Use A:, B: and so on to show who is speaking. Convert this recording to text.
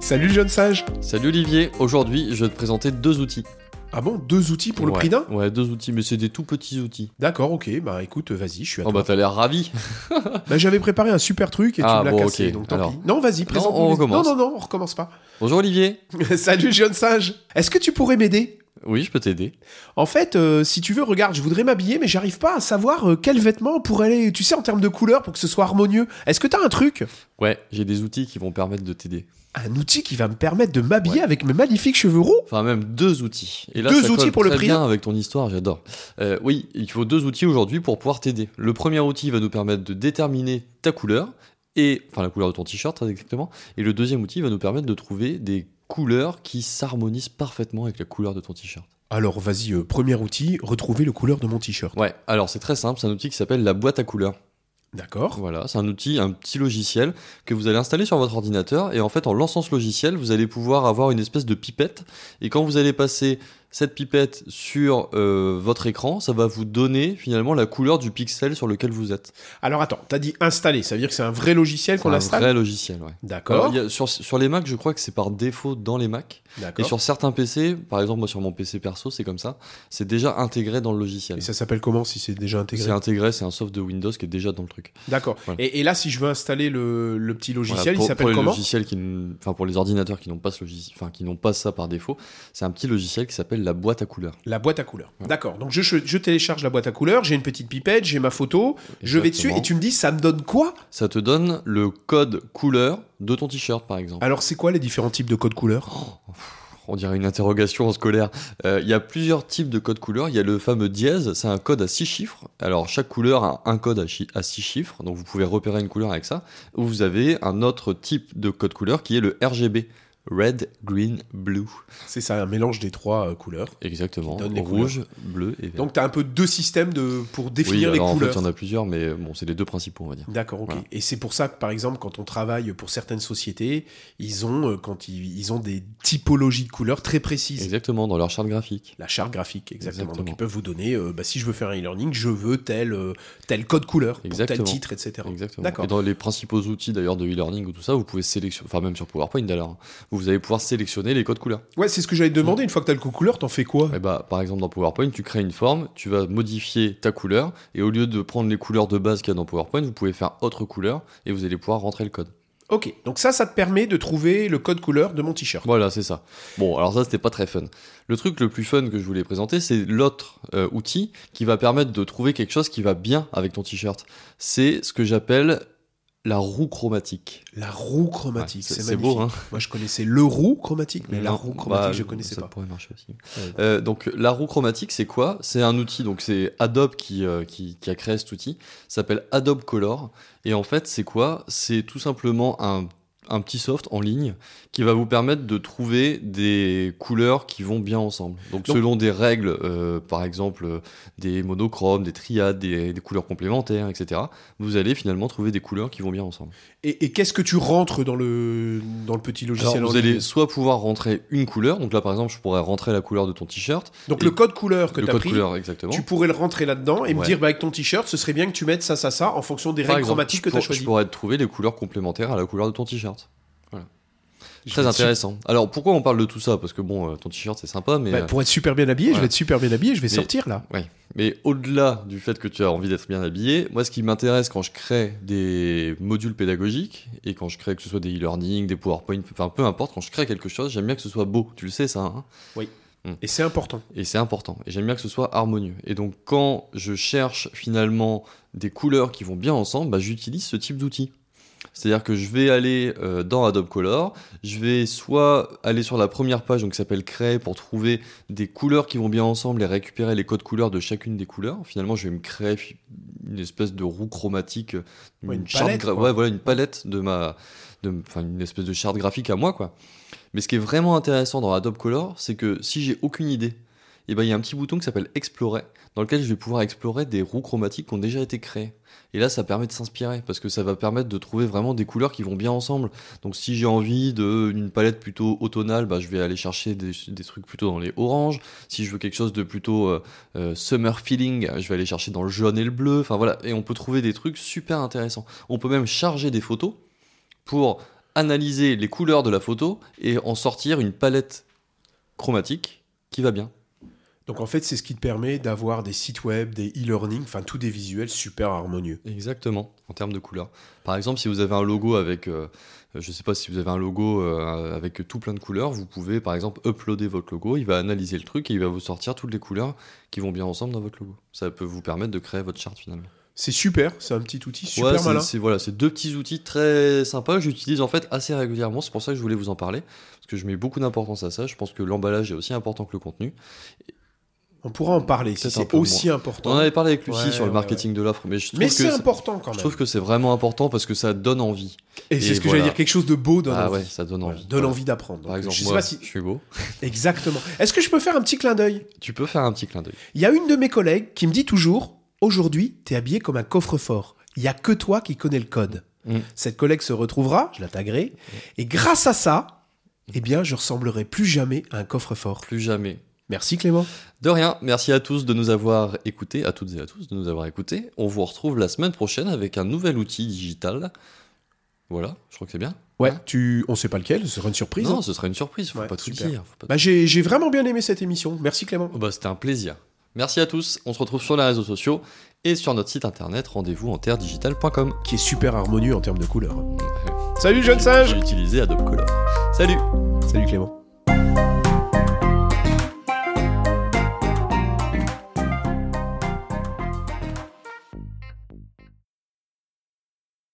A: Salut jeune sage
B: Salut Olivier, aujourd'hui je vais te présenter deux outils.
A: Ah bon, deux outils pour le
B: Ouais.
A: prix d'un
B: Ouais, deux outils, mais c'est des tout petits outils.
A: D'accord, ok, bah écoute, vas-y, je suis à
B: Oh
A: toi.
B: bah t'as l'air ravi
A: Bah, J'avais préparé un super truc et tu
B: Ah,
A: me l'as
B: bon,
A: cassé,
B: ok,
A: donc tant
B: alors.
A: pis. Non, vas-y, présente
B: on recommence.
A: Non, non, non, on recommence pas.
B: Bonjour Olivier
A: Salut jeune sage Est-ce que tu pourrais m'aider
B: Oui, je peux t'aider.
A: En fait, euh, si tu veux, regarde, je voudrais m'habiller, mais j'arrive pas à savoir euh, quel vêtement pour aller, tu sais, en termes de couleur, pour que ce soit harmonieux. Est-ce que t'as un truc
B: Ouais, j'ai des outils qui vont permettre de t'aider.
A: Un outil qui va me permettre de m'habiller
B: Ouais.
A: avec mes magnifiques cheveux roux
B: Enfin, même deux outils. Et là,
A: Deux
B: ça colle
A: outils pour le
B: très
A: prix
B: bien avec ton histoire, j'adore. Euh, oui, il faut deux outils aujourd'hui pour pouvoir t'aider. Le premier outil va nous permettre de déterminer ta couleur, et enfin la couleur de ton t-shirt très exactement. Et le deuxième outil va nous permettre de trouver des couleurs qui s'harmonisent parfaitement avec la couleur de ton t-shirt.
A: Alors vas-y, euh, premier outil, retrouver le couleur de mon t-shirt.
B: Ouais, alors c'est très simple, c'est un outil qui s'appelle la boîte à couleurs.
A: D'accord
B: Voilà, c'est un outil, un petit logiciel que vous allez installer sur votre ordinateur et en fait en lançant ce logiciel, vous allez pouvoir avoir une espèce de pipette et quand vous allez passer cette pipette sur euh, votre écran, ça va vous donner finalement la couleur du pixel sur lequel vous êtes.
A: Alors attends, t'as dit installer, ça veut dire que c'est un vrai logiciel
B: C'est
A: qu'on
B: un
A: installe
B: vrai logiciel, ouais. Alors,
A: D'accord,
B: il y a- sur, sur les Mac, je crois que c'est par défaut dans les Mac. Et
A: d'accord.
B: sur certains PC, par exemple, moi sur mon PC perso, c'est comme ça, c'est déjà intégré dans le logiciel.
A: Et ça s'appelle comment si c'est déjà intégré
B: C'est intégré, c'est un soft de Windows qui est déjà dans le truc.
A: D'accord.
B: Voilà.
A: Et, et là, si je veux installer le, le petit
B: Voilà,
A: logiciel,
B: pour,
A: il
B: pour
A: s'appelle
B: les
A: comment
B: logiciels qui n- enfin, pour les ordinateurs qui n'ont pas ce logiciel, enfin qui n'ont pas ça par défaut, c'est un petit logiciel qui s'appelle la boîte à couleurs.
A: La boîte à couleurs.
B: Ouais.
A: D'accord. Donc je, je télécharge la boîte à couleurs, j'ai une petite pipette, j'ai ma photo, je vais dessus
B: Exactement.
A: et tu me dis ça me donne quoi
B: Ça te donne le code couleur de ton t-shirt par exemple.
A: Alors c'est quoi les différents types de codes couleurs
B: On dirait une interrogation en scolaire. Euh, Il y a plusieurs types de codes couleurs. Il y a le fameux dièse, c'est un code à six chiffres. Alors chaque couleur a un code à, chi- à six chiffres, donc vous pouvez repérer une couleur avec ça. Ou vous avez un autre type de code couleur qui est le RGB. Red, green, blue.
A: C'est ça, un mélange des trois euh, couleurs.
B: Exactement.
A: Qui donne les
B: Rouge, bleu et vert.
A: Donc tu as un peu deux systèmes de, pour définir
B: oui,
A: les
B: alors,
A: couleurs.
B: En fait, il y en a plusieurs, mais euh, bon, c'est les deux principaux, on va dire.
A: D'accord, ok.
B: Voilà.
A: Et c'est pour ça que, par exemple, quand on travaille pour certaines sociétés, ils ont, euh, quand ils, ils ont des typologies de couleurs très précises.
B: Exactement, dans leur charte graphique.
A: La charte graphique, exactement. Donc
B: Exactement.
A: ils peuvent vous donner, euh, bah, si je veux faire un e-learning, je veux tel, euh, tel code couleur, pour tel
B: Exactement.
A: titre, etc.
B: Exactement.
A: D'accord.
B: Et dans les principaux outils d'ailleurs de e-learning ou tout ça, vous pouvez sélectionner, enfin même sur PowerPoint d'ailleurs, hein, vous allez pouvoir sélectionner les codes couleurs.
A: Ouais, c'est ce que j'allais te demander. Une fois que t'as le code couleur, t'en fais quoi
B: Et bah, par exemple, dans PowerPoint, tu crées une forme, tu vas modifier ta couleur, et au lieu de prendre les couleurs de base qu'il y a dans PowerPoint, vous pouvez faire autre couleur et vous allez pouvoir rentrer le code.
A: Ok, donc ça, ça te permet de trouver le code couleur de mon t-shirt.
B: Voilà, c'est ça. Bon, alors ça, c'était pas très fun. Le truc le plus fun que je voulais présenter, c'est l'autre euh, outil qui va permettre de trouver quelque chose qui va bien avec ton t-shirt. C'est ce que j'appelle la roue chromatique.
A: La roue
B: Ouais,
A: chromatique, c'est
B: c'est
A: magnifique.
B: beau, hein
A: Moi, je connaissais le roue chromatique, mais la
B: Non,
A: roue chromatique,
B: bah,
A: je connaissais
B: ça
A: pas.
B: pourrait marcher aussi.
A: Ouais.
B: Euh, donc la roue chromatique, c'est quoi C'est un outil. Donc c'est Adobe qui, euh, qui, qui a créé cet outil. Ça s'appelle Adobe Color. Et en fait, c'est quoi C'est tout simplement un un petit soft en ligne qui va vous permettre de trouver des couleurs qui vont bien ensemble. Donc,
A: Donc-
B: selon des règles, euh, par exemple euh, des monochromes, des triades, des, des couleurs complémentaires, etc., vous allez finalement trouver des couleurs qui vont bien ensemble.
A: Et, et qu'est-ce que tu rentres dans le, dans le petit
B: Alors,
A: logiciel en
B: vous
A: ligne
B: allez soit pouvoir rentrer une couleur, donc là par exemple je pourrais rentrer la couleur de ton t-shirt,
A: Donc
B: et-
A: le code couleur que
B: le
A: t'as
B: code
A: pris,
B: couleur exactement.
A: tu pourrais le rentrer là-dedans et me
B: Ouais.
A: dire bah, avec ton t-shirt, ce serait bien que tu mettes ça, ça, ça en fonction des
B: Par
A: règles
B: exemple,
A: chromatiques que
B: je
A: tu as
B: pour- Je
A: choisies.
B: pourrais te trouver les couleurs complémentaires à la couleur de ton t-shirt.
A: Je
B: Très
A: vais être
B: intéressant. Alors pourquoi on parle de tout ça Parce que bon, euh, ton t-shirt c'est sympa, mais,
A: Bah,
B: euh,
A: pour être super bien habillé, je vais
B: voilà.
A: être super bien habillé, je vais
B: Mais-
A: sortir là.
B: mais au-delà du fait que tu as envie d'être bien habillé, moi ce qui m'intéresse quand je crée des modules pédagogiques et quand je crée que ce soit des e-learning, des PowerPoint, enfin peu importe, quand je crée quelque chose, j'aime bien que ce soit beau. Tu le sais ça. hein
A: Et c'est important.
B: Et c'est important. Et j'aime bien que ce soit harmonieux. Et donc, quand je cherche finalement des couleurs qui vont bien ensemble, bah, j'utilise ce type d'outil. C'est-à-dire que je vais aller euh, dans Adobe Color, je vais soit aller sur la première page donc, qui s'appelle Créer pour trouver des couleurs qui vont bien ensemble et récupérer les codes couleurs de chacune des couleurs. Finalement, je vais me créer fi- une espèce de roue chromatique, euh,
A: Ouais, une
B: charte
A: palette,
B: gra-
A: quoi.
B: ouais, voilà, une palette de ma, de- enfin une espèce de charte graphique à moi quoi. Mais ce qui est vraiment intéressant dans Adobe Color, c'est que si j'ai aucune idée, et ben il y a un petit bouton qui s'appelle Explorer, dans lequel je vais pouvoir explorer des roues chromatiques qui ont déjà été créées. Et là, ça permet de s'inspirer parce que ça va permettre de trouver vraiment des couleurs qui vont bien ensemble. Donc si j'ai envie de- d'une palette plutôt automnale, bah, je vais aller chercher des, des trucs plutôt dans les oranges. Si je veux quelque chose de plutôt euh, euh, summer feeling, je vais aller chercher dans le jaune et le bleu. Enfin voilà, et on peut trouver des trucs super intéressants. On peut même charger des photos pour analyser les couleurs de la photo et en sortir une palette chromatique qui va bien.
A: Donc en fait, c'est ce qui te permet d'avoir des sites web, des e-learning, enfin tous des visuels super harmonieux.
B: Exactement, en termes de couleurs. Par exemple, si vous avez un logo avec, euh, je sais pas si vous avez un logo euh, avec tout plein de couleurs, vous pouvez par exemple uploader votre logo, il va analyser le truc et il va vous sortir toutes les couleurs qui vont bien ensemble dans votre logo. Ça peut vous permettre de créer votre charte finalement.
A: C'est super, c'est un petit outil super
B: Ouais, c'est-
A: malin.
B: C'est voilà, c'est deux petits outils très sympas. que J'utilise en fait assez régulièrement. C'est pour ça que je voulais vous en parler parce que je mets beaucoup d'importance à ça. Je pense que l'emballage est aussi important que le contenu.
A: On pourra en parler si
B: Peut-être un
A: c'est
B: peu
A: aussi
B: On
A: important.
B: en avait parlé avec Lucie
A: Ouais,
B: sur le
A: ouais,
B: marketing de l'offre, mais je trouve
A: Mais
B: que
A: c'est
B: ça-
A: important quand
B: je
A: même.
B: trouve que c'est vraiment important parce que ça donne envie.
A: Et c'est
B: et
A: ce que
B: voilà.
A: j'allais dire, quelque chose de beau donne
B: ah
A: envie.
B: ouais, ça donne
A: Voilà,
B: envie.
A: donne
B: Voilà.
A: envie d'apprendre.
B: Par
A: Donc,
B: exemple,
A: je sais
B: moi,
A: pas si
B: je suis beau.
A: exactement. Est-ce que je peux faire un petit clin d'œil
B: Tu peux faire un petit clin d'œil.
A: Il y a une de mes collègues qui me dit toujours Aujourd'hui, t'es habillé comme un coffre-fort. Il y a que toi qui connais le code.
B: Mm.
A: Cette collègue se retrouvera, je la taguerai, et grâce à ça, eh bien, je ressemblerai plus jamais à un coffre-fort.
B: Plus jamais.
A: Merci Clément.
B: De rien, merci à tous de nous avoir écoutés, à toutes et à tous de nous avoir écoutés. On vous retrouve la semaine prochaine avec un nouvel outil digital. Voilà, je crois que c'est bien.
A: Ouais, tu, on sait pas lequel, ce sera une surprise.
B: Hein non,
A: hein.
B: ce sera une surprise, faut
A: Ouais,
B: pas tout
A: super.
B: dire. faut pas tout-
A: Bah, j'ai j'ai vraiment bien aimé cette émission. Merci Clément.
B: Oh bah, C'était un plaisir. Merci à tous, on se retrouve sur les réseaux sociaux et sur notre site internet rendez-vous en terredigital.com.
A: Qui est super harmonieux en termes de couleurs. Salut jeune singe
B: J'ai utilisé Adobe Color. Salut
A: Salut Clément.